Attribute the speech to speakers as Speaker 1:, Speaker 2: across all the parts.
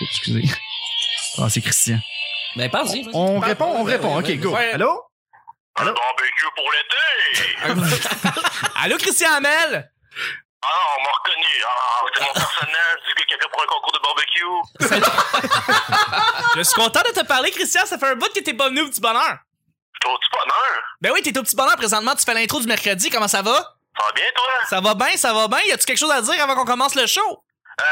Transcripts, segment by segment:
Speaker 1: Excusez. Ah, c'est Christian.
Speaker 2: Ben, pense-y.
Speaker 1: On
Speaker 3: Bah,
Speaker 2: pense-y.
Speaker 1: répond, on
Speaker 2: Ouais,
Speaker 1: répond.
Speaker 2: ouais,
Speaker 1: OK,
Speaker 2: ouais,
Speaker 1: go.
Speaker 2: ouais.
Speaker 1: Allô?
Speaker 4: Un barbecue pour l'été!
Speaker 2: Allô, Christian Hamel?
Speaker 4: Ah, on m'a reconnu! Ah, c'est mon personnage du gars qui vient pour un concours de barbecue!
Speaker 2: Je suis content de te parler, Christian. Ça fait un bout que t'es pas venu au petit bonheur.
Speaker 4: Trouves-tu bonheur?
Speaker 2: Ben oui, t'es au petit bonheur présentement. Tu fais l'intro du mercredi. Comment ça va?
Speaker 4: Ça va bien, toi?
Speaker 2: Ça va bien, ça va bien. Y a-tu quelque chose à dire avant qu'on commence le show?
Speaker 4: Euh,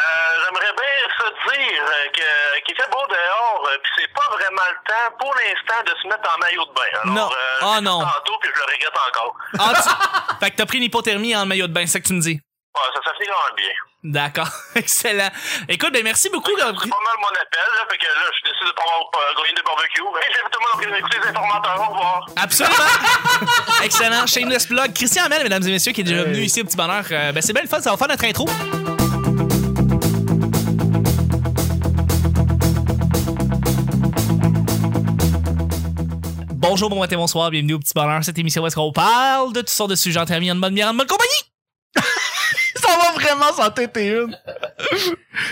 Speaker 4: j'aimerais bien se dire euh, que qu'il fait beau dehors, euh, puis c'est pas vraiment le temps pour l'instant de se mettre en maillot de bain. Alors,
Speaker 2: Non.
Speaker 4: euh,
Speaker 2: Ah,
Speaker 4: j'ai dit
Speaker 2: non.
Speaker 4: Tantôt, puis je le regrette encore.
Speaker 2: Ah, tu- fait que t'as pris une hypothermie en maillot de bain, c'est ça que tu me dis.
Speaker 4: Ouais, ça, ça finit quand même bien.
Speaker 2: D'accord, excellent. Écoute, ben merci beaucoup.
Speaker 4: C'est
Speaker 2: Gabriel.
Speaker 4: pas mal mon appel, là, fait que là, je décide de prendre euh, gagner des barbecues. Hey, j'invite tout le monde à écouter les informateurs, au revoir.
Speaker 2: Absolument. excellent. Shameless plug. Christian Hamel, mesdames et messieurs, qui est déjà venu ici au petit bonheur. Euh, ben c'est bien le fun, ça va faire notre intro. Bonjour, bon matin, bonsoir, bienvenue au Petit Bonheur, cette émission où est-ce qu'on parle de toutes sortes de sujets entre amis, en bonne bière, en bonne compagnie.
Speaker 1: Ça va vraiment s'en têter une.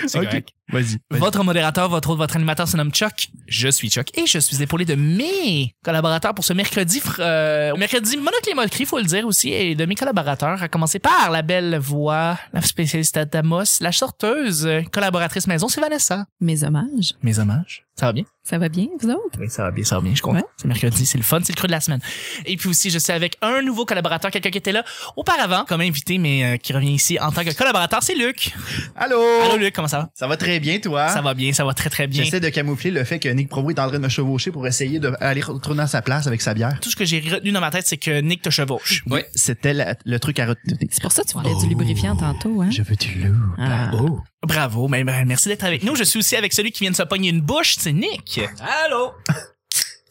Speaker 2: C'est
Speaker 1: OK.
Speaker 2: correct.
Speaker 1: Vas-y. vas-y.
Speaker 2: Votre modérateur, votre autre, votre animateur se nomme Chuck. Je suis Chuck et je suis épaulé de mes collaborateurs pour ce mercredi, fr- euh, mercredi monoclémoterie, faut le dire aussi, et de mes collaborateurs, à commencer par la belle voix, la spécialiste à Damos, la sorteuse, euh, collaboratrice maison, c'est Vanessa.
Speaker 5: Mes hommages.
Speaker 2: Mes hommages. Ça va bien?
Speaker 5: Ça va bien, vous autres?
Speaker 2: Oui, ça va bien, ça va bien, je suis content. C'est mercredi, c'est le fun, c'est le creux de la semaine. Et puis aussi, je suis avec un nouveau collaborateur, quelqu'un qui était là auparavant comme invité, mais euh, qui revient ici en tant que collaborateur, c'est Luc.
Speaker 1: Allô?
Speaker 2: Allô Luc, comment ça va?
Speaker 1: Ça va très bien, toi?
Speaker 2: Ça va bien, ça va très très bien.
Speaker 1: J'essaie de camoufler le fait que Nick Provo est en train de me chevaucher pour essayer d'aller retourner à sa place avec sa bière.
Speaker 2: tout ce que j'ai retenu dans ma tête, c'est que Nick te chevauche.
Speaker 6: Oui.
Speaker 1: C'était la- le truc à retenir.
Speaker 2: Hein?
Speaker 5: C'est pour ça que tu voulais
Speaker 2: Oh.
Speaker 5: du lubrifiant tantôt, hein?
Speaker 1: Je veux du loup.
Speaker 5: Ah.
Speaker 1: Oh.
Speaker 2: Bravo, mais ben, merci d'être avec nous. Je suis aussi avec celui qui vient de se pogner une bouche, c'est Nick.
Speaker 6: Allô?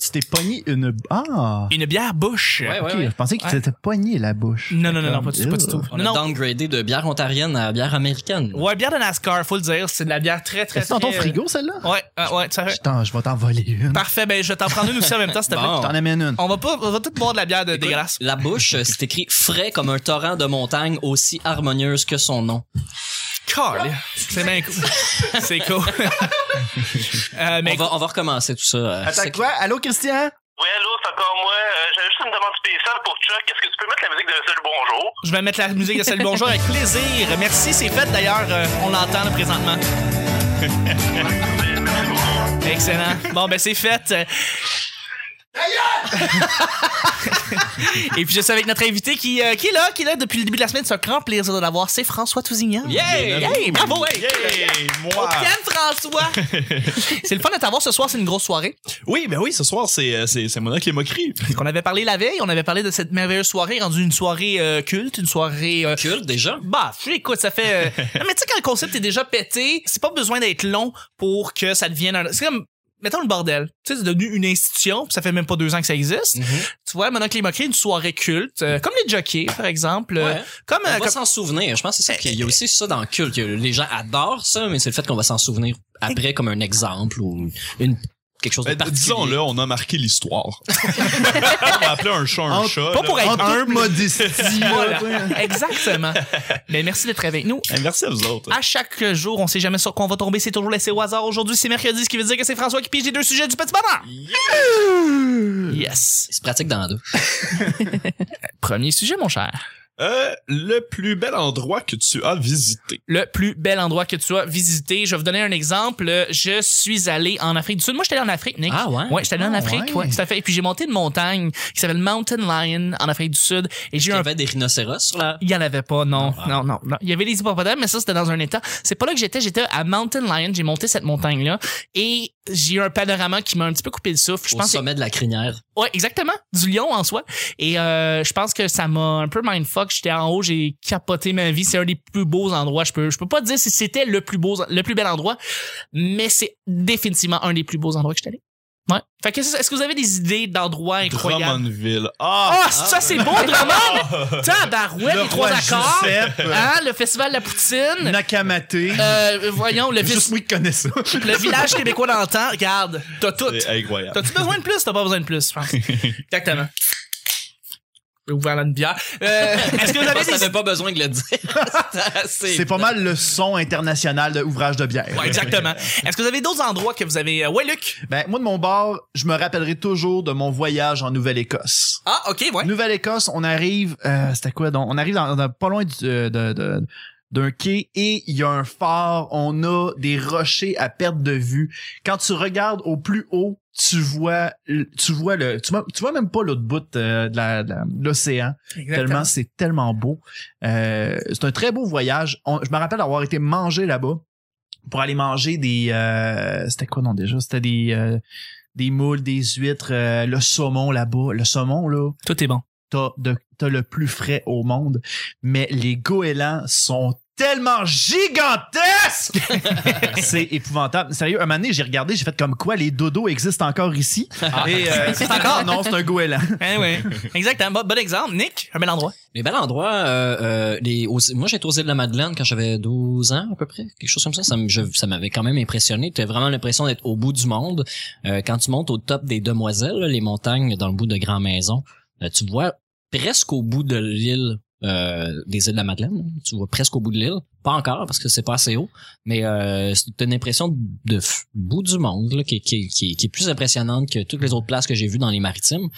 Speaker 1: Tu t'es pogné une. Ah!
Speaker 2: Une bière bouche.
Speaker 6: Ouais, ouais,
Speaker 1: Ok,
Speaker 6: ouais.
Speaker 1: je pensais qu'il
Speaker 2: Ouais.
Speaker 1: s'était pogné la bouche.
Speaker 2: Non, non, non, non, pas du tout, pas du tout.
Speaker 6: On
Speaker 2: non.
Speaker 6: a downgradé de bière ontarienne à bière américaine.
Speaker 2: Ouais, bière de NASCAR, faut le dire. C'est de la bière très, très,
Speaker 1: Est-ce dans ton
Speaker 2: très- euh,
Speaker 1: frigo,
Speaker 3: euh,
Speaker 1: celle-là?
Speaker 2: Ouais, ouais, ouais, ça
Speaker 1: Je, t'en- je vais t'en voler une.
Speaker 2: Parfait, ben, je vais t'en prendre une aussi en même temps, s'il te plaît.
Speaker 6: Bon.
Speaker 1: Je t'en amène
Speaker 3: Oh,
Speaker 1: une.
Speaker 2: On va pas, on va tout boire de la bière de, dégueulasse.
Speaker 6: La bouche, euh, c'est écrit frais comme un torrent de montagne, aussi harmonieuse que son nom.
Speaker 2: Carl. C'est bien cool. C'est cool. Euh, mais
Speaker 6: on, va, on va recommencer tout ça. euh,
Speaker 1: Attends
Speaker 6: sec-
Speaker 1: quoi? Allô, Christian?
Speaker 4: Oui, allô, c'est encore moi. Euh, J'avais juste une demande spéciale pour Chuck. Est-ce que tu peux mettre la musique de Salut Bonjour?
Speaker 2: je vais mettre la musique de Salut Bonjour avec plaisir. Merci, c'est fait d'ailleurs. euh, on l'entend là, présentement. Excellent. Bon, ben c'est fait. Euh, Et puis je suis avec notre invité qui, euh, qui est là, qui est là depuis le début de la semaine. C'est un grand plaisir de l'avoir. C'est François Tousignan.
Speaker 6: Yeah!
Speaker 2: Yay! Bravo!
Speaker 3: moi.
Speaker 2: Bien, François! c'est le fun de t'avoir ce soir, c'est une grosse soirée.
Speaker 3: Oui, ben oui, ce soir, c'est, euh, c'est, c'est Mona qui est moquerie.
Speaker 2: On avait parlé la veille, on avait parlé de cette merveilleuse soirée, rendue une soirée euh, culte, une soirée euh,
Speaker 6: Culte, déjà.
Speaker 2: Bah, tu sais, écoute, ça fait. euh, non, mais tu sais, quand le concept est déjà pété, c'est pas besoin d'être long pour que ça devienne un. C'est comme. Mettons le bordel. Tu sais, c'est devenu une institution, puis ça fait même pas deux ans que ça
Speaker 6: Mm.
Speaker 2: existe. Tu vois, maintenant que les une soirée culte, euh, comme les jockeys, par exemple. euh,
Speaker 6: Ouais.
Speaker 2: comme,
Speaker 6: On
Speaker 2: euh,
Speaker 6: va
Speaker 2: comme-
Speaker 6: s'en souvenir. Je pense que c'est ça. qu'il y a- Il y a aussi ça dans le culte. que Les gens adorent ça, mais c'est le fait qu'on va s'en souvenir après comme un exemple ou une, quelque chose de
Speaker 3: Ben,
Speaker 6: particulier.
Speaker 3: disons-le, on a marqué l'histoire. on a appelé un chat un
Speaker 1: En-
Speaker 3: chat.
Speaker 2: pas
Speaker 3: là.
Speaker 2: pour être
Speaker 1: en toute
Speaker 2: humble.
Speaker 1: modestie.
Speaker 2: Voilà.
Speaker 1: là,
Speaker 6: hein.
Speaker 1: toi.
Speaker 2: Exactement. Mais merci d'être avec nous.
Speaker 3: Ben, merci à vous autres.
Speaker 2: À chaque jour, on sait jamais sur quoi on va tomber, c'est toujours laissé au hasard. Aujourd'hui, c'est mercredi, ce qui veut dire que c'est François qui pige les deux sujets du petit bonheur. Yes.
Speaker 6: Il se pratique dans deux.
Speaker 2: Premier sujet, mon cher.
Speaker 3: Euh, le plus bel endroit que tu as visité.
Speaker 2: Le plus bel endroit que tu as visité. Je vais vous donner un exemple. Je suis allé en Afrique du Sud. Moi, j'étais allé en Afrique, Nick.
Speaker 6: Ah ouais?
Speaker 2: Ouais, j'étais allé en
Speaker 1: Ah
Speaker 2: Afrique,
Speaker 1: ouais.
Speaker 2: ouais, tout à fait. Et puis j'ai monté une montagne qui s'appelle Mountain Lion en Afrique du Sud. Et j'ai eu
Speaker 6: Il y
Speaker 2: un
Speaker 6: avait des rhinocéros sur la...
Speaker 2: Il y en avait pas, non. Non, non, non. Il y avait les hippopotames, mais ça, c'était dans un état. C'est pas là que j'étais. J'étais à Mountain Lion. J'ai monté cette montagne-là. Et j'ai eu un panorama qui m'a un petit peu coupé le souffle. Je
Speaker 6: Au
Speaker 2: pense que-
Speaker 6: sommet de la crinière.
Speaker 2: Ouais, exactement. Du lion en soi. Et euh, je pense que ça m'a un peu mindfuck. J'étais en haut, j'ai capoté ma vie. C'est un des plus beaux endroits. Je peux, je peux pas dire si c'était le plus beau, le plus bel endroit, mais c'est définitivement un des plus beaux endroits que j'étais allé. Ouais. Fait que c'est ça. est-ce que vous avez des idées d'endroits incroyables?
Speaker 3: Drummondville.
Speaker 2: Ah,
Speaker 3: Ah!
Speaker 2: ça c'est beau, Drummond! Tabarouette,
Speaker 1: Le
Speaker 2: les trois
Speaker 1: roi
Speaker 2: accords!
Speaker 1: Giuseppe.
Speaker 2: Hein, le festival de la poutine.
Speaker 1: Nakamate.
Speaker 2: Euh, voyons, le, vis-
Speaker 1: Juste moi qui connais ça.
Speaker 2: le village québécois d'antan. Regarde, Ah! t'as tout.
Speaker 3: C'est incroyable.
Speaker 2: T'as-tu besoin de plus? T'as pas besoin de plus, je pense. Exactement. ouvert une bière. Euh, Est-ce que vous avez
Speaker 6: Je pense que
Speaker 2: des...
Speaker 6: t'avais pas besoin de le dire. C'était assez.
Speaker 1: C'est pas mal le son international de ouvrage de bière.
Speaker 2: Ouais, exactement. Est-ce que vous avez d'autres endroits que vous avez... euh, Ouais, Luc?
Speaker 1: Ben, moi, de mon bord, je me rappellerai toujours de mon voyage en Nouvelle-Écosse.
Speaker 2: Ah, OK, ouais.
Speaker 1: Nouvelle-Écosse, on arrive, euh, c'était quoi donc? On arrive dans, dans- pas loin du- de- de- de- d'un quai et il y a un phare. On a des rochers à perte de vue. Quand tu regardes au plus haut, tu vois, l- tu vois le, tu vois, tu vois même pas l'autre bout euh, de la- de la- de l'océan. Tellement, c'est tellement beau. Euh, c'est un très beau voyage. On- je me rappelle avoir été manger là-bas pour aller manger des, euh, c'était quoi non déjà? C'était des, euh, des moules, des huîtres, euh, le saumon là-bas. Le saumon, là
Speaker 2: Tout est bon.
Speaker 1: t'as de- t'as le plus frais au monde. Mais les goélands sont tellement gigantesques! c'est épouvantable. Sérieux, un moment donné, j'ai regardé, j'ai fait comme quoi les dodos existent encore ici. Et euh, c'est encore, non, c'est un goéland.
Speaker 2: Hein, ouais. Exactement. Bon, bon exemple. Nick, un bel endroit.
Speaker 6: Les bel endroits, euh, euh, les, aux- moi j'étais aux îles de la Madeleine quand j'avais 12 ans à peu près, quelque chose comme ça. Ça, me- je- ça m'avait quand même impressionné. T'as vraiment l'impression d'être au bout du monde. Euh, quand tu montes au top des Demoiselles, là, les montagnes dans le bout de Grand Maison, euh, tu vois presque au bout de l'île euh, des îles de la Madeleine. hein. Tu vois presque au bout de l'île. Pas encore parce que c'est pas assez haut, mais euh, c'est une impression de f- bout du monde là, qui, qui, qui, qui est plus impressionnante que toutes les autres places que j'ai vues dans les maritimes.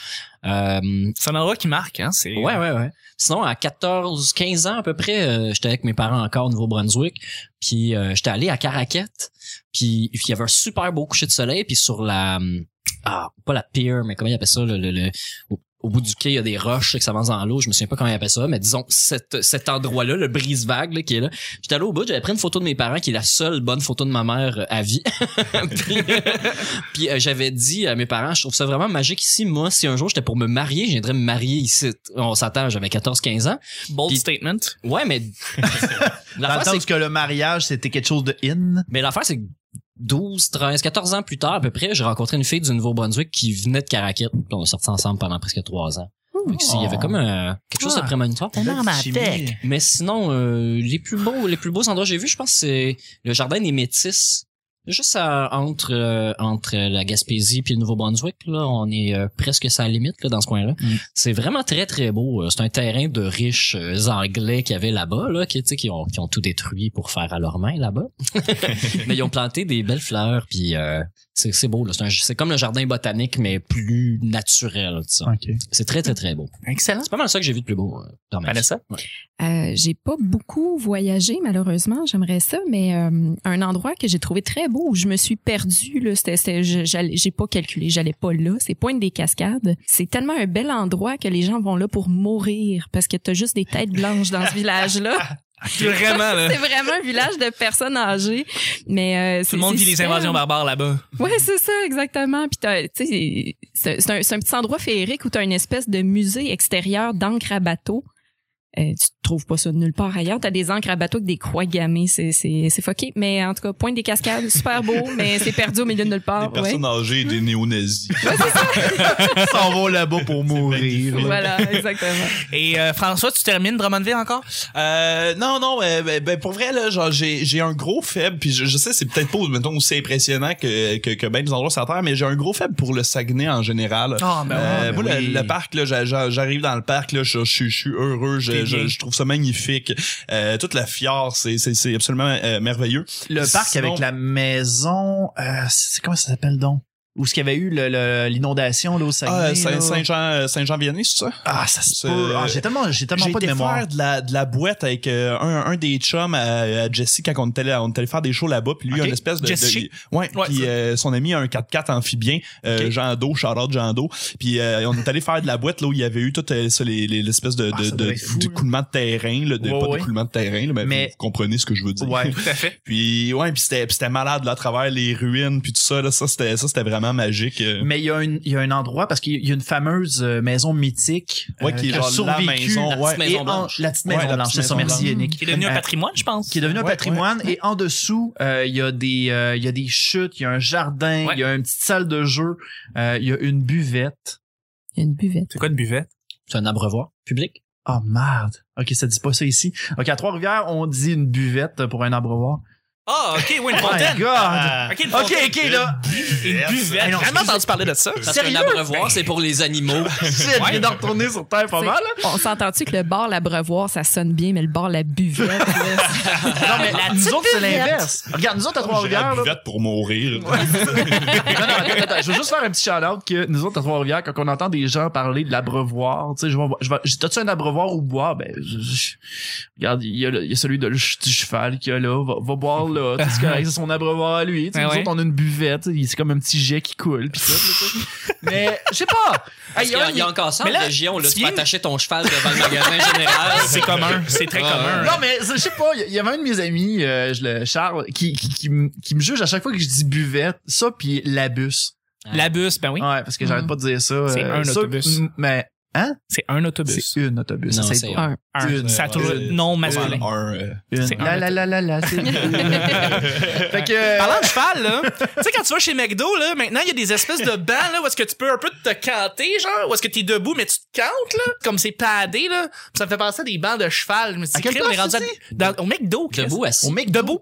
Speaker 6: Euh,
Speaker 2: C'est un endroit qui marque, hein. C'est...
Speaker 6: Ouais, ouais, ouais. Sinon, à 14, 15 ans à peu près, euh, j'étais avec mes parents encore au Nouveau-Brunswick. Puis euh, j'étais allé à Caraquette. Puis puis il y avait un super beau coucher de soleil. Puis sur la... hum, Ah, pas la pier, mais comment il appelle ça? Le, le- le- au, au bout du quai, il y a des roches là, qui s'avancent dans l'eau. Je me souviens pas comment il appelle ça. Mais disons, cet, cet endroit-là, le brise-vague là, qui est là. J'étais allé au bout, j'avais pris une photo de mes parents, qui est la seule bonne photo de ma mère euh, à vie. puis euh, puis, euh, j'avais dit à mes parents, je trouve ça vraiment magique ici. Moi, si un jour j'étais pour me marier, je viendrais me marier ici. On s'attend, j'avais 14-15 ans.
Speaker 2: Bold
Speaker 6: Puis-
Speaker 2: statement.
Speaker 6: Ouais, mais...
Speaker 1: Dans le
Speaker 6: L'affaire,
Speaker 1: sens
Speaker 6: c'est...
Speaker 1: que le mariage, c'était quelque chose de in.
Speaker 6: Mais l'affaire, c'est que 12, 13, 14 ans plus tard, à peu près, j'ai rencontré une fille du Nouveau-Brunswick qui venait de Caraquette. Puis on est sortis ensemble pendant presque trois ans. Fait que c'est- Il y avait comme euh, quelque chose de
Speaker 2: Ah.
Speaker 6: prémonitoire.
Speaker 2: Tellement
Speaker 1: Belle
Speaker 2: ma
Speaker 1: chimie.
Speaker 2: tech.
Speaker 6: Mais sinon, euh, les plus beaux, les plus beaux endroits que j'ai vus, je pense, que c'est le jardin des Métis. Juste à- entre euh, entre la Gaspésie puis le Nouveau-Brunswick, là, on est euh, presque sans limite là, dans ce coin-là.
Speaker 1: Mm.
Speaker 6: C'est vraiment très très beau. Euh, C'est un terrain de riches euh, Anglais qu'il y avait là-bas, là, qui, tu sais, qui ont qui ont tout détruit pour faire à leurs mains là-bas. mais ils ont planté des belles fleurs, puis euh, c'est c'est beau. là. C'est un- C'est comme le jardin botanique, mais plus naturel. tu sais. C'est très très très beau.
Speaker 2: Excellent.
Speaker 6: C'est pas mal ça que j'ai vu de plus beau. euh, dans ma vie.
Speaker 2: Vanessa?
Speaker 6: Ouais.
Speaker 5: Euh, j'ai pas beaucoup voyagé, malheureusement. J'aimerais ça, mais euh, un endroit que j'ai trouvé très beau où je me suis perdue, là, c'était, c'était- je- j'allais- j'ai pas calculé, j'allais pas là. C'est Pointe des Cascades. C'est tellement un bel endroit que les gens vont là pour mourir parce que t'as juste des têtes blanches dans ce village-là.
Speaker 2: Vraiment, là.
Speaker 5: c'est vraiment un village de personnes âgées. Mais euh,
Speaker 2: Tout le monde vit les invasions barbares là-bas.
Speaker 5: Ouais, c'est ça, exactement. Puis t'as- tu sais, c'est c'est un, c'est un petit endroit féerique où t'as une espèce de musée extérieur d'encre à bateau. Euh, tu trouves pas ça nulle part ailleurs. T'as des encres à bateau avec des croix gammées, c'est c'est c'est fucké. Mais en tout cas, pointe des cascades, super beau, mais c'est perdu au milieu de nulle part.
Speaker 3: Des
Speaker 5: Ah, ouais.
Speaker 3: personnes âgées et des néo-nazis.
Speaker 1: Ils s'en vont là-bas pour mourir. là.
Speaker 5: Voilà, exactement.
Speaker 2: Et euh, François, tu termines Drummondville encore?
Speaker 3: Euh, non, non, euh, ben, ben, pour vrai, là, genre, j'ai, j'ai un gros faible, puis je, je sais, c'est peut-être pas, mettons, aussi impressionnant que, que, que ben des endroits sur la Terre, mais j'ai un gros faible pour le Saguenay en général.
Speaker 2: Ah, ben
Speaker 3: Euh,
Speaker 1: ouais,
Speaker 3: moi,
Speaker 1: ben
Speaker 3: le-
Speaker 1: oui.
Speaker 3: le, parc, là, j'a- j'a- j'arrive dans le parc, là, je, je suis- je suis heureux, je,
Speaker 2: T'es bien.
Speaker 3: je, je trouve ça magnifique. Euh, toute la fjord, c'est, c'est, c'est absolument euh, merveilleux.
Speaker 1: Le parc
Speaker 3: Sinon-
Speaker 1: avec la maison, euh, c'est comment ça s'appelle donc? Où ce qu'il y avait eu le- le- l'inondation là au Saguenay?
Speaker 3: Ah,
Speaker 1: là?
Speaker 3: Saint, Saint-Jean, Saint-Jean-Vianney, c'est ça?
Speaker 1: Ah, ça se
Speaker 3: C'est-
Speaker 1: peut. Ah, j'ai tellement, j'ai tellement
Speaker 3: J'ai
Speaker 1: pas de
Speaker 3: été
Speaker 1: mémoire.
Speaker 3: faire de la, de la boîte avec euh, un, un des chums à, à Jesse quand on était, allé- on était allé faire des shows là-bas. Puis lui,
Speaker 2: Ok.
Speaker 3: une espèce de...
Speaker 2: Jesse.
Speaker 3: de- ouais,
Speaker 2: Ouais,
Speaker 3: puis
Speaker 2: ça.
Speaker 3: euh, son ami a un 4x4 amphibien, euh,
Speaker 1: Ok.
Speaker 3: Jean Do, Charlotte Jean Do. Puis euh, on est allé faire de la boîte là où il y avait eu tout euh, ça, les- les- l'espèce de,
Speaker 1: Ah,
Speaker 3: de,
Speaker 1: ça doit
Speaker 3: de-
Speaker 1: être fou,
Speaker 3: du
Speaker 1: là.
Speaker 3: coulement de terrain, là, de,
Speaker 1: Ouais,
Speaker 3: pas
Speaker 1: ouais.
Speaker 3: de coulement de terrain, là, mais,
Speaker 1: Mais-
Speaker 3: vous comprenez ce que je veux dire.
Speaker 1: Ouais.
Speaker 2: Tout à fait.
Speaker 3: puis ouais, puis c'était puis c'était malade là, à travers les ruines, puis tout ça, là, ça c'était ça c'était vraiment magique. euh.
Speaker 1: Mais il y, a une- il y a un endroit, parce qu'il y a une fameuse euh, maison mythique euh,
Speaker 3: Ouais, qui est
Speaker 1: a
Speaker 3: genre la
Speaker 1: survécu.
Speaker 3: maison,
Speaker 1: Et
Speaker 3: ouais.
Speaker 6: Maison
Speaker 1: en-
Speaker 6: blanche.
Speaker 1: la petite
Speaker 3: Ouais,
Speaker 1: maison
Speaker 3: la
Speaker 1: blanche,
Speaker 3: petite
Speaker 1: c'est ça,
Speaker 3: maison
Speaker 1: merci
Speaker 5: blanche.
Speaker 1: Yannick.
Speaker 2: Qui est devenu un
Speaker 1: Euh,
Speaker 2: patrimoine, je pense.
Speaker 1: qui est devenu un
Speaker 3: Ouais,
Speaker 1: patrimoine et en dessous euh, il y a des euh, il y a des chutes il y a un jardin il
Speaker 2: Ouais.
Speaker 1: y a une petite salle de jeu euh, il y a une buvette
Speaker 5: Une buvette.
Speaker 2: C'est quoi de buvette?
Speaker 6: C'est un abreuvoir public.
Speaker 1: oh merde ok ça dit pas ça ici ok à Trois Rivières on dit une buvette pour un abreuvoir
Speaker 2: Ah, ok, oui, une
Speaker 1: My
Speaker 2: fontaine.
Speaker 3: Euh,
Speaker 1: God.
Speaker 2: Ah, ok, une
Speaker 1: Ok,
Speaker 2: fontaine.
Speaker 1: ok, là.
Speaker 2: Une buvette.
Speaker 1: Ah,
Speaker 2: J'ai
Speaker 1: non,
Speaker 2: jamais entendu parler de ça. Ben,
Speaker 6: Parce qu'un
Speaker 1: Sérieux?
Speaker 6: abreuvoir, c'est pour les animaux.
Speaker 1: Shit, je viens de retourner sur Terre pas
Speaker 5: C'est-
Speaker 1: mal.
Speaker 5: On s'entend-tu que le bar l'abreuvoir, ça sonne bien, mais le bar la buvette, là,
Speaker 1: Non, mais
Speaker 2: La
Speaker 1: nous autres, c'est
Speaker 5: buvette.
Speaker 1: l'inverse. Regarde, nous autres à Trois-Rivières,
Speaker 3: la
Speaker 1: là,
Speaker 3: buvette pour mourir.
Speaker 1: Non, non, attends, attends, je veux juste faire un petit shout-out que nous autres, à Trois-Rivières, quand on entend des gens parler de l'abreuvoir, tu sais, je vais, je vais, t'as-tu un abreuvoir ou boire? Ben, je- je- regarde, il y, a le- il y a celui de, le ch- du cheval qu'il y a là, va, va boire là, tu sais, c'est correct, c'est son abreuvoir à lui, tu sais,
Speaker 2: Ah
Speaker 1: nous
Speaker 2: ouais.
Speaker 1: autres, on a une buvette, tu sais, c'est comme un petit jet qui coule, pis tout, là, tu sais. Mais, je sais pas!
Speaker 6: Parce
Speaker 1: Hey,
Speaker 6: qu'il y a- il y a encore ça
Speaker 2: mais
Speaker 6: en
Speaker 2: là,
Speaker 6: région, là,
Speaker 2: tu
Speaker 6: tu peux
Speaker 2: viens-
Speaker 6: attacher ton cheval devant le magasin général.
Speaker 2: C'est commun. C'est très
Speaker 6: Ouais.
Speaker 2: commun.
Speaker 1: Non, mais je sais pas, il y- il y avait un de mes amis, euh, je le, Charles, qui, qui, qui, me- qui me juge à chaque fois que je dis buvette, ça puis la bus.
Speaker 2: La bus, ben oui.
Speaker 1: Ouais, Ah. parce que j'arrête
Speaker 5: Mm.
Speaker 1: pas de dire ça.
Speaker 2: C'est
Speaker 1: euh,
Speaker 2: un
Speaker 1: ça,
Speaker 2: autobus.
Speaker 1: m- Mais
Speaker 2: C'est un autobus.
Speaker 1: c'est une autobus.
Speaker 6: Non,
Speaker 1: ça,
Speaker 6: c'est
Speaker 1: pas.
Speaker 5: un.
Speaker 2: Un.
Speaker 1: une,
Speaker 2: Ça a
Speaker 3: ouais,
Speaker 2: toujours
Speaker 3: c'est-
Speaker 2: non masculin.
Speaker 3: Un, euh,
Speaker 1: Une.
Speaker 2: C'est un
Speaker 1: La la la la la. c'est une. fait que. euh,
Speaker 2: Parlant de cheval, là, tu sais, quand tu vas chez McDo, là, maintenant, il y a des espèces de bancs, là, où est-ce que tu peux un peu te canter, genre, où est-ce que t'es debout, mais tu te cantes, là, comme c'est padé, là. Puis Ça me fait penser à des bancs de cheval. Je me suis
Speaker 1: À
Speaker 2: dit,
Speaker 1: quelle
Speaker 2: crime, on est
Speaker 1: place
Speaker 2: rendu à- dans- au McDo, Chris.
Speaker 6: Debout, assis.
Speaker 1: Au mec
Speaker 2: Debout.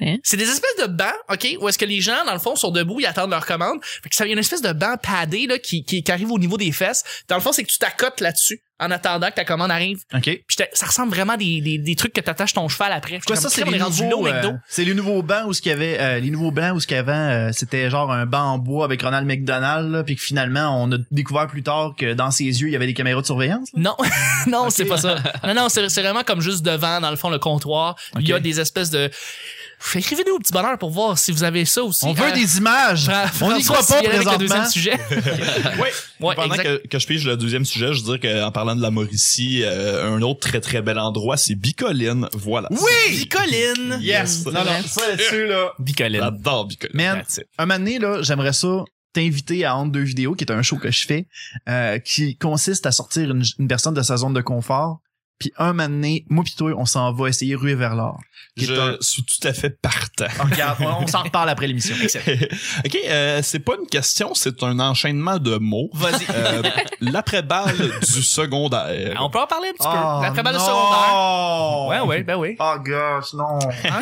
Speaker 5: Hein?
Speaker 2: C'est des espèces de bancs, OK, où est-ce que les gens, dans le fond, sont debout, ils attendent leur commande. Fait que ça, il y a une espèce de banc padé, là, qui, qui, qui arrive au niveau des fesses. Dans le fond, c'est que tu t'accotes là-dessus, en attendant que ta commande arrive.
Speaker 1: Ok.
Speaker 2: Puis j'étais- ça ressemble vraiment à des, des, des trucs que t'attaches ton cheval après. J'étais
Speaker 1: Quoi, ça,
Speaker 2: comme,
Speaker 1: c'est
Speaker 2: crime,
Speaker 1: les
Speaker 2: on est rendu là au
Speaker 1: nouveaux.
Speaker 2: McDo.
Speaker 1: euh, c'est les nouveaux bancs où ce qu'il y avait. euh, les nouveaux bancs où ce qu'avant euh, c'était genre un banc en bois avec Ronald McDonald, là, puis que finalement on a découvert plus tard que dans ses yeux il y avait des caméras de surveillance. là.
Speaker 2: Non, non, c'est pas ça. Non, non, c'est c'est vraiment comme juste devant, dans le fond, le comptoir. Il y a
Speaker 1: Ok.
Speaker 2: des espèces de... Écrivez-nous au petit bonheur pour voir si vous avez ça aussi.
Speaker 1: On veut
Speaker 2: Euh,
Speaker 1: des images.
Speaker 2: Fra-
Speaker 1: on n'y
Speaker 2: François
Speaker 1: croit pas
Speaker 2: Cyriel avec le
Speaker 1: présentement.
Speaker 2: deuxième sujet.
Speaker 3: ouais.
Speaker 2: Ouais,
Speaker 3: Pendant
Speaker 2: exact.
Speaker 3: que, que je pige le deuxième sujet, je veux dire qu'en parlant de la Mauricie, euh, un autre très très bel endroit, c'est Bicoline. Voilà.
Speaker 2: Oui! Colline!
Speaker 1: Yes. Non, non, ça là-dessus là.
Speaker 2: Bicoline.
Speaker 3: J'adore Bicoline.
Speaker 1: Man,
Speaker 3: That's it.
Speaker 1: un moment donné, là, j'aimerais ça t'inviter à Honte 2 vidéos, qui est un show que je fais, euh, qui consiste à sortir une, une personne de sa zone de confort, puis un moment donné, moi pis toi, on s'en va essayer ruer vers l'or. Qui est
Speaker 3: Je
Speaker 1: un-
Speaker 3: suis tout à fait partant.
Speaker 1: Ah, regarde, on, on s'en reparle après l'émission. Excellent.
Speaker 3: ok, euh, c'est pas une question, c'est un enchaînement de mots.
Speaker 2: Vas-y.
Speaker 3: Euh, L'après-balle du secondaire.
Speaker 2: Ah, On peut en parler un petit
Speaker 1: Oh,
Speaker 2: peu. La cabane de
Speaker 1: non.
Speaker 2: secondaire. Ouais, ouais, ben oui.
Speaker 1: Oh gosh, non.
Speaker 3: Ah,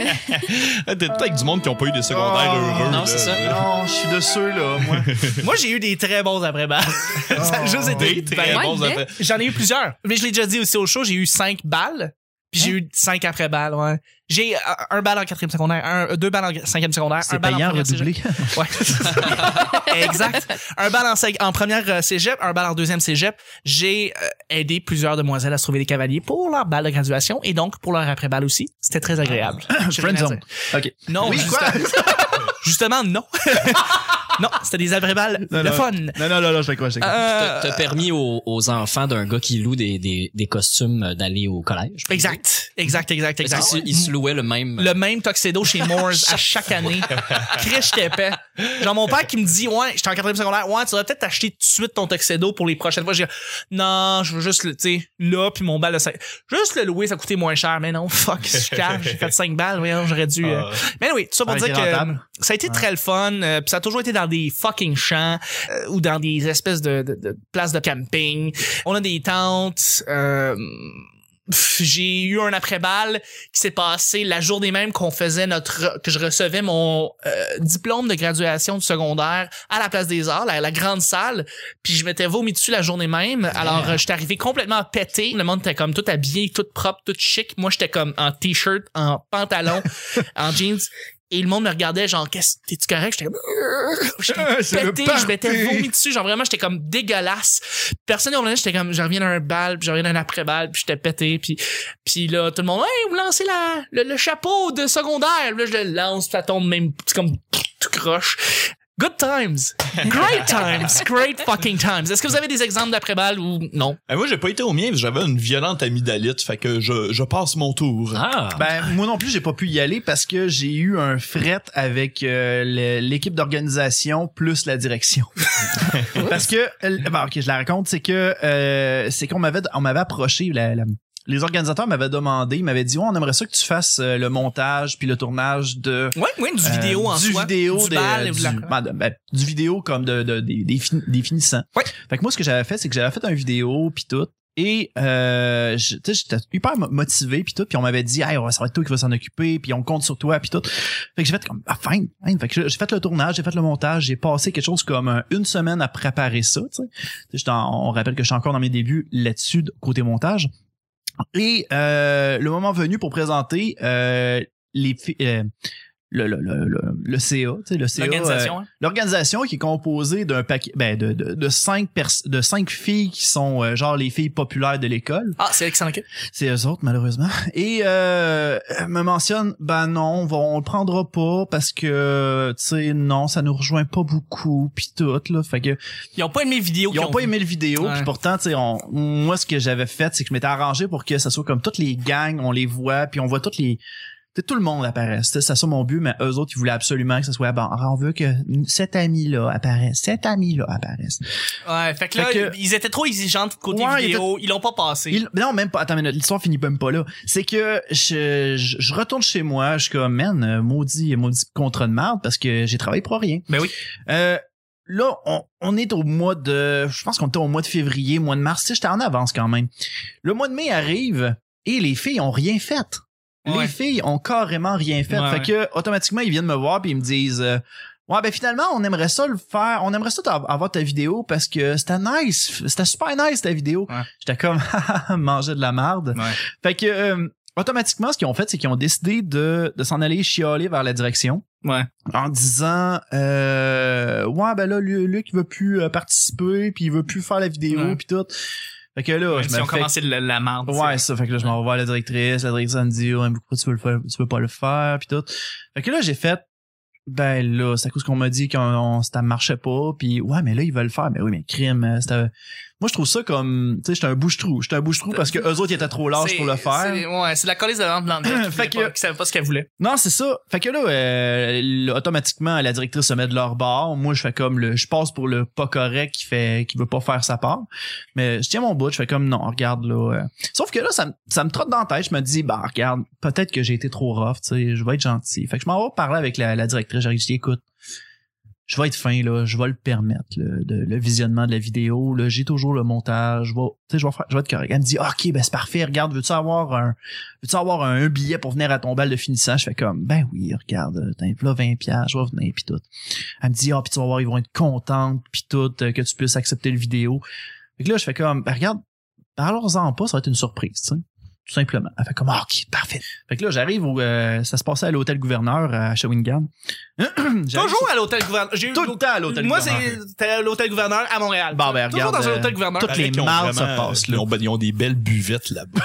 Speaker 3: T'es peut-être avec du monde qui ont pas eu des secondaires
Speaker 2: Ah.
Speaker 1: Oh.
Speaker 3: heureux.
Speaker 6: Non,
Speaker 3: là.
Speaker 6: c'est ça.
Speaker 1: Non, je suis de ceux là, moi.
Speaker 2: Moi, j'ai eu des très bons après-balles. Ça a juste été
Speaker 3: Des très
Speaker 2: ben,
Speaker 3: bons
Speaker 5: mais-
Speaker 3: après-
Speaker 2: J'en ai eu plusieurs. Mais je l'ai déjà dit aussi au show, j'ai eu cinq balles. Puis
Speaker 1: Hein?
Speaker 2: j'ai eu cinq après-balles, ouais. J'ai euh, un balle en quatrième secondaire, un, euh, deux balles en cinquième secondaire, un
Speaker 1: C'est
Speaker 2: balle en
Speaker 1: payant
Speaker 2: première cégep.
Speaker 1: redoublé.
Speaker 2: Ouais. exact. Un bal en, cé- en première euh, cégep, un bal en deuxième cégep. J'ai euh, aidé plusieurs demoiselles à se trouver des cavaliers pour leur bal de graduation et donc pour leur après-balle aussi. C'était très agréable. J'ai rien à
Speaker 1: Friendzone.
Speaker 2: dire.
Speaker 1: Ok.
Speaker 2: Non,
Speaker 1: Oui,
Speaker 2: juste-
Speaker 1: quoi?
Speaker 2: justement, non. non, c'était des après-balles.
Speaker 1: Non,
Speaker 2: Le
Speaker 1: non.
Speaker 2: fun.
Speaker 1: Non, non, non, non, je vais quoi, je vais quoi.
Speaker 2: Euh,
Speaker 6: T'as t'as permis aux, aux enfants d'un gars qui loue des, des, des costumes euh, d'aller au collège.
Speaker 2: exact. Exact, exact, exact.
Speaker 6: Parce qu'ils se- ils se louaient le même.
Speaker 2: le même Tuxedo chez Moores à chaque année. Criche t'épais. Genre, mon père qui me dit, ouais, j'étais en quatrième secondaire, ouais, tu devrais peut-être t'acheter tout de suite ton Tuxedo pour les prochaines fois. J'ai dit, non, je veux juste le, tu sais, là, puis mon bal de 5. Juste le louer, ça coûtait moins cher, mais non, fuck, je cash, j'ai fait 5 balles, oui, j'aurais dû.
Speaker 3: Ah.
Speaker 2: euh. Mais oui, tout ça pour
Speaker 1: Ça a
Speaker 2: dire
Speaker 1: été
Speaker 2: que
Speaker 1: Ah, rentable.
Speaker 2: ça a été très le fun, euh, puis ça a toujours été dans des fucking champs euh, ou dans des espèces de, de- de places de camping. On a des tentes. euh, pff, j'ai eu un après-balle qui s'est passé la journée même qu'on faisait notre que je recevais mon euh, diplôme de graduation du secondaire à la place des arts la, la grande salle puis je m'étais vomi dessus la journée même alors euh, j'étais arrivé complètement pété le monde était comme tout habillé tout propre tout chic moi j'étais comme en t-shirt en pantalon en jeans et le monde me regardait genre qu'est-ce t'es-tu correct j'étais comme J'étais
Speaker 1: Euh, C'est le
Speaker 2: pété,
Speaker 1: party.
Speaker 2: je m'étais vomi dessus. Genre vraiment, j'étais comme dégueulasse. Personne ne revenait, j'étais comme, je reviens d'un bal, puis je reviens d'un après-bal, puis j'étais pété. Puis, puis là, tout le monde, hey, vous lancez la, le, le chapeau de secondaire. Là, je le lance, puis ça tombe même, c'est comme, tout croche. Good times. Great times. Great fucking times. Est-ce que vous avez des exemples d'après-balles ou non?
Speaker 3: Euh, Moi, j'ai pas été au mien, parce que j'avais une violente amygdalite, fait que je, je passe mon tour.
Speaker 6: Ah!
Speaker 1: Ben, moi non plus, j'ai pas pu y aller parce que j'ai eu un fret avec euh, le- l'équipe d'organisation plus la direction. parce que, euh, ben, ok, je la raconte, c'est que euh, c'est qu'on m'avait on m'avait approché la- la- les organisateurs m'avaient demandé, ils m'avaient dit ouais, on aimerait ça que tu fasses euh, le montage puis le tournage de
Speaker 2: Oui, oui, du
Speaker 1: euh,
Speaker 2: vidéo en
Speaker 1: du
Speaker 2: soi.
Speaker 1: vidéo
Speaker 2: du
Speaker 1: des-
Speaker 2: bal et
Speaker 1: du,
Speaker 2: de la-
Speaker 1: ben, de- ben, du vidéo comme de, de- des, des fin- des finissants.
Speaker 2: Ouais.
Speaker 1: Fait que moi ce que j'avais fait c'est que j'avais fait un vidéo puis tout Et euh, je- tu sais, j'étais hyper mo- motivé puis tout, puis on m'avait dit hey, ouais, ça va être toi qui vas s'en occuper, puis on compte sur toi puis tout. Fait que j'ai fait comme ah fine, fine. Fait que j'ai- j'ai fait le tournage, j'ai fait le montage, j'ai passé quelque chose comme euh, une semaine à préparer ça. tu sais. Tu sais, j'étais en- on rappelle que je suis encore dans mes débuts là-dessus de- côté montage. Et euh, le moment venu pour présenter euh, les fi- euh, le, le, le, le, le CA, tu sais, le CA, euh,
Speaker 2: L'organisation, hein.
Speaker 1: L'organisation qui est composée d'un paquet ben de, de, de cinq pers- de cinq filles qui sont euh, genre les filles populaires de l'école.
Speaker 2: Ah, c'est Alexandre Kev.
Speaker 1: C'est eux autres malheureusement. Et euh, elle me mentionne ben non, on, va- on le prendra pas parce que tu sais non, ça nous rejoint pas beaucoup puis tout là, fait que
Speaker 2: Ils ont pas aimé vidéo.
Speaker 1: ils ont pas aimé le vidéo,
Speaker 2: Ouais.
Speaker 1: puis pourtant, tu sais, on- moi, ce que j'avais fait, c'est que je m'étais arrangé pour que ça soit comme toutes les gangs, on les voit, puis on voit toutes les... tu sais, tout le monde apparaisse. C'était ça, ça mon but, mais eux autres, ils voulaient absolument que ça soit... Bon, on veut que cet ami-là apparaisse, cet ami-là apparaisse.
Speaker 2: Ouais, fait que là,
Speaker 1: Fait que-
Speaker 2: ils étaient trop exigeants de côté
Speaker 1: Ouais, ils
Speaker 2: vidéo. Ils l'ont pas passé.
Speaker 1: Il- mais non, même pas. Attends, mais l'histoire finit même pas là. C'est que je, je, je retourne chez moi, je suis comme, man, euh, maudit, maudit contrat de merde parce que j'ai travaillé pour rien.
Speaker 2: Ben oui.
Speaker 1: Euh, là, on, on est au mois de. Je pense qu'on était au mois de février, mois de mars. Tu sais, j'étais en avance quand même. Le mois de mai arrive et les filles ont rien fait.
Speaker 2: Ouais.
Speaker 1: Les filles ont carrément rien fait.
Speaker 2: Ouais,
Speaker 1: fait que automatiquement, ils viennent me voir puis ils me disent. euh, Ouais, ben finalement, on aimerait ça le faire. On aimerait ça t'a- avoir ta vidéo parce que c'était nice. C'était super nice ta vidéo.
Speaker 2: Ouais.
Speaker 1: J'étais comme, manger de la marde.
Speaker 2: Ouais.
Speaker 1: Fait que, euh, automatiquement, ce qu'ils ont fait, c'est qu'ils ont décidé de, de s'en aller chialer vers la direction
Speaker 2: Ouais.
Speaker 1: en disant euh, ouais ben là Lu- Luc il veut plus euh, participer puis il veut plus faire la vidéo
Speaker 2: Ouais.
Speaker 1: puis tout fait que là
Speaker 2: Même
Speaker 1: je
Speaker 2: si
Speaker 1: me
Speaker 2: on
Speaker 1: fais
Speaker 2: commençait la, la merde.
Speaker 1: ouais ça fait que là je m'en vais voir la directrice la directrice elle me dit ouais, mais pourquoi tu veux le faire tu veux pas le faire puis tout fait que là j'ai fait ben là c'est à cause qu'on m'a dit qu'on ça marchait pas puis ouais mais là ils veulent le faire mais oui mais crime euh, c'était moi je trouve ça comme tu sais j'étais un bouche trou j'étais un bouche trou parce que eux autres ils étaient trop larges
Speaker 2: C'est-
Speaker 1: pour le faire
Speaker 2: c'est- Ouais, c'est la colise de la lampe
Speaker 1: Fait
Speaker 2: Fait
Speaker 1: que-
Speaker 2: que. Qui savait pas ce qu'elle voulait.
Speaker 1: Non, c'est ça. Fait que là, euh, l- automatiquement, la directrice se met de leur bord. Moi, je fais comme le, je passe pour le pas correct qui fait, qui veut pas faire sa part. Mais je tiens mon bout. Je fais comme non, regarde là. euh. Sauf que là, ça, me- ça me trotte dans la tête. Je me dis, bah regarde, peut-être que j'ai été trop rough. Tu sais, je vais être gentil. Fait que je m'en vais parler avec la, la directrice. J'arrive, je dis, écoute. Je vais être fin là, je vais le permettre le, de- le visionnement de la vidéo là, j'ai toujours le montage, je vais, tu sais, je vais, faire- je vais être correct. Elle me dit ok ben c'est parfait, regarde veux-tu avoir un, veux-tu avoir un, un billet pour venir à ton bal de finissant? Je fais comme, ben oui, regarde, t'as là 20 piastres, je vais venir, pis tout. Elle me dit, ah, pis tu vas voir, ils vont être contents, pis tout, euh, que tu puisses accepter le vidéo. Fait que là, je fais comme, ben regarde, parlons-en pas, ça va être une surprise, tu sais. Tout simplement. Elle fait comme, ah, ok, parfait. Fait que là, j'arrive au, euh, ça se passait à l'hôtel gouverneur à Shawinigan. J'arrive
Speaker 2: Toujours à l'hôtel gouverneur. J'ai eu
Speaker 1: sur- tout le temps à l'hôtel
Speaker 2: Moi,
Speaker 1: gouverneur.
Speaker 2: c'est- c'était à l'hôtel gouverneur à Montréal.
Speaker 1: Bon, ben,
Speaker 2: Toujours
Speaker 1: regarde,
Speaker 2: dans
Speaker 1: euh,
Speaker 2: un hôtel gouverneur.
Speaker 1: toutes les
Speaker 3: Ils ont
Speaker 1: mardes se
Speaker 3: vraiment-
Speaker 1: passent, là.
Speaker 3: Ils ont, ben, ils ont des belles buvettes là-bas.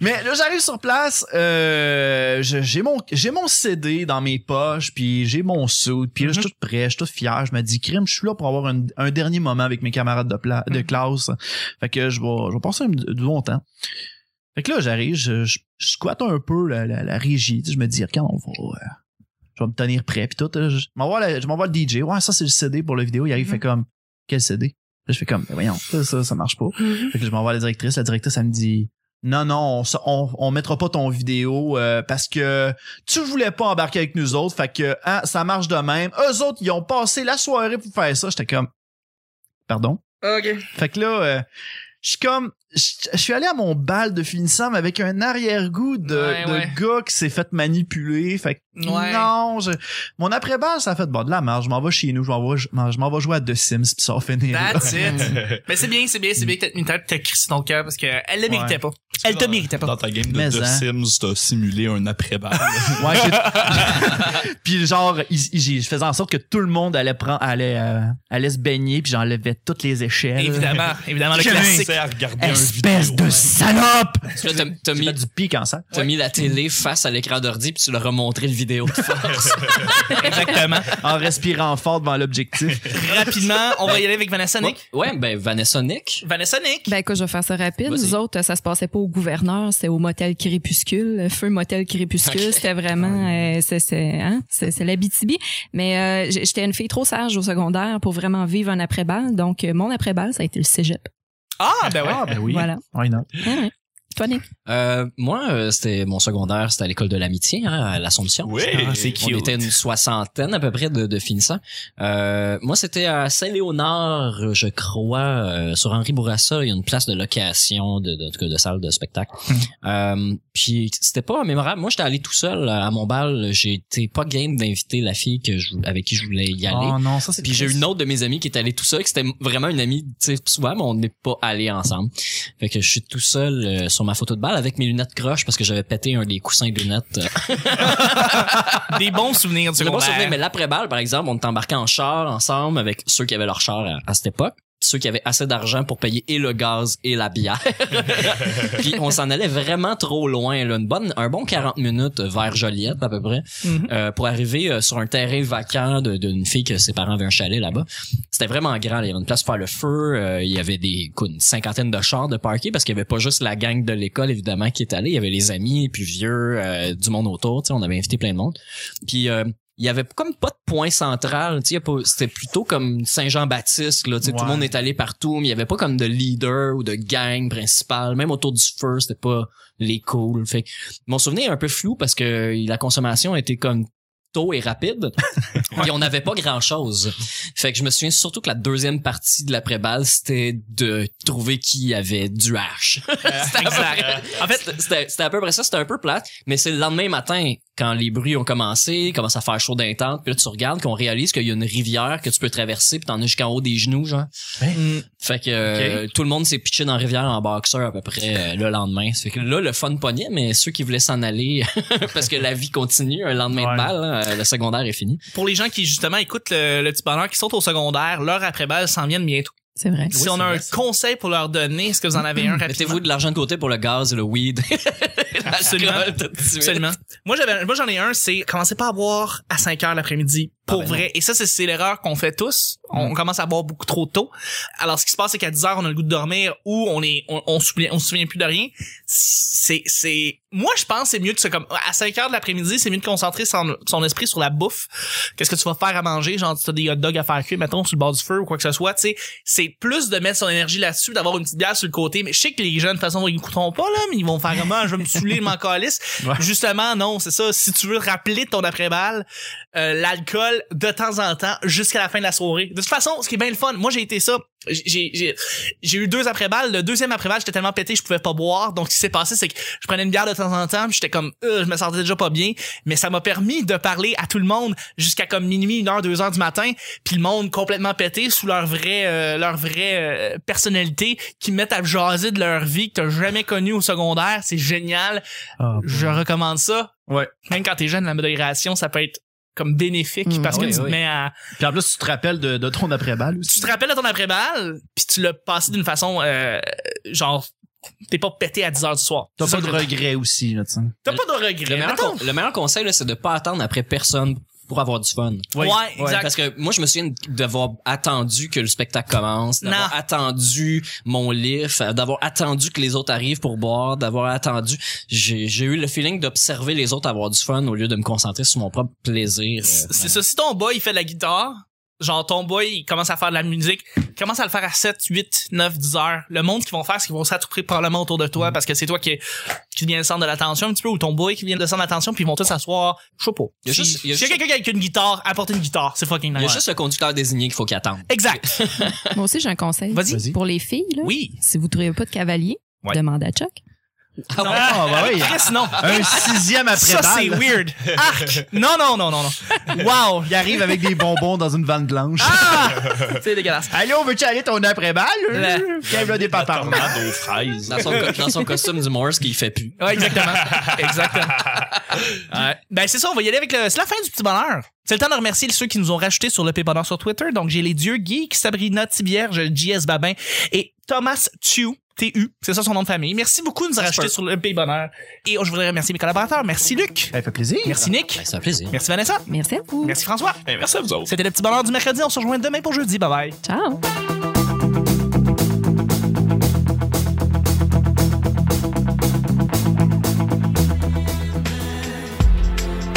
Speaker 1: Mais là, j'arrive sur place, euh, je- j'ai mon j'ai mon CD dans mes poches, puis j'ai mon suit, puis là, je suis tout prêt, je suis tout fier. Je me dis, crime, je suis là pour avoir un, un dernier moment avec mes camarades de, pla- de classe. Fait que je vais, je vais passer un- du bon temps. Fait que là, j'arrive, je, je, je squatte un peu la, la, la régie. tu sais, Je me dis, quand on va... euh, je vais me tenir prêt, puis tout. euh, Je m'envoie la- je m'envoie le DJ. Ouais, ça, c'est le CD pour la vidéo. Il arrive, fait comme, quel CD? Là, je fais comme, Ben voyons, ça, ça, ça marche pas. Fait que je m'envoie à la directrice. La directrice, elle me dit, non, non, on, se- on, on mettra pas ton vidéo euh, parce que tu voulais pas embarquer avec nous autres. Fait que hein, ça marche de même. Eux autres, ils ont passé la soirée pour faire ça. J'étais comme, pardon?
Speaker 2: OK.
Speaker 1: Fait que là, euh, je suis comme. Je je suis allé à mon bal de finissant mais avec un arrière-goût de,
Speaker 2: Ouais,
Speaker 1: de
Speaker 2: ouais.
Speaker 1: gars qui s'est fait manipuler. Fait que
Speaker 2: Ouais.
Speaker 1: non, je- mon après-bal, ça a fait bon de la marge. Je m'en vais chez nous, je m'en vais, je m'en- je m'en vais jouer à The Sims, puis ça va finir. là.
Speaker 2: That's it. Mais c'est bien, c'est bien, c'est bien que t'as une tête, t'as crissé ton cœur parce qu'elle le méritait
Speaker 1: Ouais. euh,
Speaker 2: pas. Elle Ah, te
Speaker 3: Dans-
Speaker 2: méritait pas.
Speaker 3: Dans ta game de
Speaker 1: Mais
Speaker 3: The
Speaker 1: hein.
Speaker 3: Sims, t'as simulé un après-balle.
Speaker 1: Ouais, j'ai- puis genre, il- il- j'ai- je faisais en sorte que tout le monde allait, prendre, allait, euh, allait se baigner, puis j'enlevais toutes les échelles.
Speaker 2: Évidemment, évidemment, le
Speaker 1: Kevin,
Speaker 2: classique.
Speaker 3: C'est à regarder un
Speaker 1: Espèce
Speaker 3: vidéo.
Speaker 2: hein.
Speaker 1: de salope!
Speaker 6: Tu vois, t'as- t'as
Speaker 1: J'ai
Speaker 6: mis,
Speaker 1: fait du pic en ça.
Speaker 6: t'as mis la télé face à l'écran d'ordi puis tu leur as montré le vidéo de force.
Speaker 2: Exactement.
Speaker 1: En respirant fort devant l'objectif.
Speaker 2: Rapidement, on va y aller avec Vanessa Nick.
Speaker 6: ouais, ben Vanessa Nick.
Speaker 2: Vanessa Nick.
Speaker 5: Ben écoute, je vais faire ça rapide.
Speaker 6: Vas-y.
Speaker 5: Nous autres, ça se passait pas au gouverneur, c'était au motel Crépuscule, le feu motel Crépuscule. C'était
Speaker 2: Ah,
Speaker 5: vraiment, euh, c'est c'est hein, c'est c'est l'Abitibi. Mais euh, j- j'étais une fille trop sage au secondaire pour vraiment vivre un après-bal. Donc euh, mon après-bal, ça a été le cégep.
Speaker 2: Ah, ben ouais.
Speaker 1: ben oui.
Speaker 5: Voilà.
Speaker 1: Why not?
Speaker 5: Ouais, ouais. Toi, Nick?
Speaker 6: Euh, moi, euh, c'était mon secondaire, c'était à l'école de l'amitié, hein, à l'Assomption.
Speaker 3: Oui.
Speaker 2: Ah, c'est
Speaker 6: On
Speaker 2: cute.
Speaker 6: était une soixantaine à peu près de, de finissants. Euh, moi, c'était à Saint-Léonard, je crois, euh, sur Henri Bourassa. Il y a une place de location, de, de, en tout cas, de salle de spectacle. Euh, puis c'était pas mémorable. Moi, j'étais allé tout seul euh, à mon bal. J'étais pas game d'inviter la fille que je, avec qui je voulais y aller.
Speaker 2: Ah,
Speaker 1: Oh non, ça c'est
Speaker 6: Puis j'ai
Speaker 1: triste.
Speaker 6: une autre de mes amies qui est allée tout seul, qui c'était vraiment une amie, tu sais, souvent, mais on n'est pas allés ensemble. Fait que je suis tout seul euh, sur ma photo de balle avec mes lunettes croches parce que j'avais pété un des coussins de lunettes. euh,
Speaker 2: Des bons souvenirs du
Speaker 6: C'est le bon
Speaker 2: secondaire.
Speaker 6: souvenir, mais l'après-balle, par exemple, on embarquait en char ensemble avec ceux qui avaient leur char à, à cette époque ceux qui avaient assez d'argent pour payer et le gaz et la bière. Puis on s'en allait vraiment trop loin, là. Une bonne, un bon 40 minutes vers Joliette à peu près
Speaker 2: Mhm.
Speaker 6: euh, pour arriver euh, sur un terrain vacant de- d'une fille que ses parents avaient un chalet là-bas. C'était vraiment grand. là. Il y avait une place pour faire le feu. euh, il y avait des, écoute, une cinquantaine de chars de parquet parce qu'il y avait pas juste la gang de l'école, évidemment, qui est allée. Il y avait les amis, puis vieux, euh, du monde autour. tu sais, On avait invité plein de monde. Puis... euh, il y avait comme pas de point central, tu sais, il y a pas- c'était plutôt comme Saint-Jean-Baptiste là, tu sais, tout
Speaker 1: Ouais.
Speaker 6: le monde est allé partout, mais il y avait pas comme de leader ou de gang principal, même autour du feu, c'était pas les cool. Fait que mon souvenir est un peu flou parce que la consommation était comme tôt et rapide. Puis on n'avait pas grand chose. Fait que je me souviens surtout que la deuxième partie de l'après-balle, c'était de trouver qui avait du H. C'était à peu près- en fait, c'était c'était à peu près ça, c'était un peu plate, mais c'est le lendemain matin quand les bruits ont commencé, commence à faire chaud d'intente, puis là tu regardes qu'on réalise qu'il y a une rivière que tu peux traverser puis t'en es jusqu'en haut des genoux genre.
Speaker 2: Mm.
Speaker 6: Fait que euh, tout le monde s'est pitché dans la rivière en boxeur à peu près euh, le lendemain. Fait que là le fun pognait, mais ceux qui voulaient s'en aller parce que la vie continue un lendemain
Speaker 1: Ouais.
Speaker 6: de balle, hein, le secondaire est fini.
Speaker 2: Pour les gens qui, justement, écoutent le, le petit bonheur, qui sont au secondaire, leur après-balle s'en viennent bientôt.
Speaker 5: C'est vrai.
Speaker 2: si on a un conseil pour leur donner, est-ce que vous en avez un rapidement?
Speaker 6: Mm. Mettez-vous de l'argent de côté pour le gaz, le weed.
Speaker 2: Absolument.
Speaker 6: l'alcool, tout de suite.
Speaker 2: Absolument. Moi, j'avais, moi, j'en ai un, c'est commencer pas à boire à 5 heures l'après-midi. Pour
Speaker 6: ben Mm.
Speaker 2: vrai. Et ça, c'est, c'est l'erreur qu'on fait tous. On commence à boire beaucoup trop tôt. Alors, ce qui se passe, c'est qu'à 10 heures, on a le goût de dormir ou on est, on, on, se souvient- on se souvient plus de rien. C'est, c'est, moi, je pense, que c'est mieux de se, comme, à 5 heures de l'après-midi, c'est mieux de concentrer son, son esprit sur la bouffe. Qu'est-ce que tu vas faire à manger? Genre, tu as des hot dogs à faire cuire, mettons, sur le bord du feu ou quoi que ce soit, tu sais. C'est plus de mettre son énergie là-dessus, d'avoir une petite bière sur le côté. Mais je sais que les jeunes, de toute façon, ils écouteront pas, là, mais ils vont faire comment? Je vais me saouler, je m'en calisse.
Speaker 1: Ouais.
Speaker 2: Justement, non, c'est ça. Si tu veux rappeler ton après-balle, euh, l'alcool de temps en temps jusqu'à la fin de la soirée. De toute façon, ce qui est bien le fun, moi j'ai été ça. J'ai j'ai- j'ai eu deux après-balles. Le deuxième après-balle, j'étais tellement pété, je pouvais pas boire. Donc ce qui s'est passé, c'est que je prenais une bière de temps en temps, puis j'étais comme, Euh, je me sentais déjà pas bien. Mais ça m'a permis de parler à tout le monde jusqu'à comme minuit, une heure, deux heures du matin. Puis le monde complètement pété sous leur vraie euh, leur vraie euh, personnalité qui me mettent à jaser de leur vie que t'as jamais connue au secondaire. C'est génial.
Speaker 1: Ah,
Speaker 2: Je recommande ça.
Speaker 1: Ouais.
Speaker 2: Même quand t'es jeune, la modération, ça peut être comme bénéfique
Speaker 5: Mm,
Speaker 2: parce que
Speaker 6: oui,
Speaker 2: tu te
Speaker 6: oui.
Speaker 2: mets à...
Speaker 1: Puis en plus, tu te rappelles de, de ton après-balle
Speaker 2: Tu
Speaker 1: aussi.
Speaker 2: te rappelles de ton après-balle, puis tu l'as passé d'une façon, euh, genre, t'es pas pété à 10 heures du soir.
Speaker 1: T'as
Speaker 2: C'est
Speaker 1: pas
Speaker 2: ça
Speaker 1: de
Speaker 2: que-
Speaker 1: regrets aussi, là, tu sais.
Speaker 2: T'as pas de
Speaker 6: Le
Speaker 2: regret.
Speaker 6: meilleur,
Speaker 2: Mettons-
Speaker 6: con- le meilleur conseil, là, c'est de pas attendre après personne pour avoir du fun.
Speaker 2: Ouais, exact.
Speaker 6: Parce que moi, je me souviens d'avoir attendu que le spectacle commence, d'avoir
Speaker 2: Non.
Speaker 6: attendu mon lift, euh, d'avoir attendu que les autres arrivent pour boire, d'avoir attendu. J'ai j'ai eu le feeling d'observer les autres avoir du fun au lieu de me concentrer sur mon propre plaisir. euh,
Speaker 2: C'est ça. Si ton boy, il fait de la guitare, genre ton boy, il commence à faire de la musique, il commence à le faire à 7, 8, 9, 10 heures. Le monde qu'ils vont faire, c'est qu'ils vont s'attrouper probablement autour de toi
Speaker 6: Mm.
Speaker 2: parce que c'est toi qui, qui viens le centre de l'attention un petit peu ou ton boy qui vient le centre de l'attention puis ils vont tous s'asseoir. Je sais pas.
Speaker 6: Il y a
Speaker 2: Si-
Speaker 6: juste- il y a
Speaker 2: si y a
Speaker 6: juste-
Speaker 2: quelqu'un qui a une guitare, apportez une guitare. C'est fucking
Speaker 6: Il y a
Speaker 2: nice.
Speaker 6: juste le conducteur désigné qu'il faut qu'il attende.
Speaker 2: Exact.
Speaker 5: Moi aussi, j'ai un conseil.
Speaker 2: Vas-y. Vas-y.
Speaker 5: Pour les filles, là,
Speaker 2: Oui.
Speaker 5: si vous trouvez pas de cavalier,
Speaker 2: Ouais.
Speaker 5: demandez à Chuck.
Speaker 6: Ah ouais.
Speaker 1: Ah, bah oui.
Speaker 2: Chris, non.
Speaker 1: Un sixième
Speaker 2: Ça, c'est
Speaker 1: après-balle.
Speaker 2: weird. Arc. Non, non, non, non, non. Wow.
Speaker 1: Il arrive avec des bonbons dans une vanne blanche.
Speaker 2: Ah! C'est dégueulasse.
Speaker 1: Allô, veux-tu aller ton après-balle?
Speaker 2: La-
Speaker 1: Viens là des papards.
Speaker 3: Tornade aux fraises.
Speaker 6: Dans son, co- dans son costume du Morse qu'il fait plus.
Speaker 2: Ouais, exactement. exactement. Ouais. Ben, c'est ça, on va y aller avec le. C'est la fin du petit bonheur. C'est le temps de remercier ceux qui nous ont racheté sur le Petit Bonheur sur Twitter. Donc, j'ai les dieux geeks, Sabrina Tibierge, JS Babin et Thomas Chu. TU, c'est ça son nom de famille. Merci beaucoup de nous avoir racheté sur le Pays Bonheur. Et je voudrais remercier mes collaborateurs. Merci Luc.
Speaker 1: Ça fait plaisir.
Speaker 2: Merci Nick.
Speaker 6: Ben, c'est un plaisir.
Speaker 2: Merci Vanessa.
Speaker 5: Merci à vous.
Speaker 2: Merci François.
Speaker 3: Ben, merci à vous autres.
Speaker 2: C'était le petit bonheur du mercredi. On se rejoint demain pour jeudi. Bye bye.
Speaker 5: Ciao.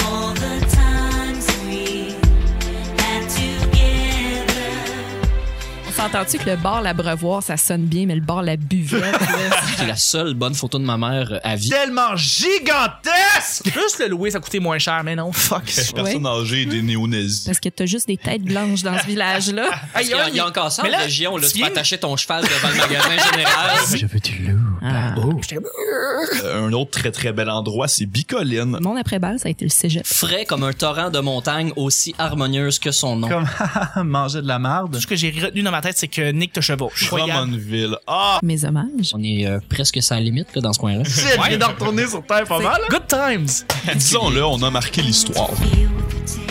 Speaker 7: All the times we had together.
Speaker 5: On s'en s'entend-tu que le bar l'abreuvoir, ça sonne bien, mais le bar la buvette, là,
Speaker 6: C'est la seule bonne photo de ma mère euh, à vie.
Speaker 1: Tellement gigantesque!
Speaker 2: Juste le louer, ça coûtait moins cher, mais non, fuck.
Speaker 3: Personne âgée et des néo-nazis.
Speaker 5: parce que t'as juste des têtes blanches dans ce village-là.
Speaker 6: Parce qu'il y a- il y a encore ça
Speaker 2: mais
Speaker 6: en
Speaker 2: là,
Speaker 6: région, là,
Speaker 2: tu
Speaker 6: tu peux
Speaker 2: viens-
Speaker 6: attacher ton cheval devant le magasin général.
Speaker 1: Je veux du loup. Oh.
Speaker 2: J'étais comme,
Speaker 3: Euh, Un autre très très bel endroit, c'est Bicoline.
Speaker 5: Mon après-balle, ça a été le cégep.
Speaker 6: Frais comme un torrent de montagne, aussi harmonieuse que son nom.
Speaker 1: Comment manger de la marde?
Speaker 2: Tout ce que j'ai retenu dans ma tête, c'est que Nick te chevauche. Incroyable.
Speaker 3: Drummondville. Ah!
Speaker 5: Mes hommages.
Speaker 6: On est euh, presque à la limite là, dans ce coin-là.
Speaker 1: J'ai envie d'en retourner sur Terre pas mal. hein.
Speaker 2: Good times.
Speaker 3: Disons-le, on a marqué l'histoire.
Speaker 7: Feel the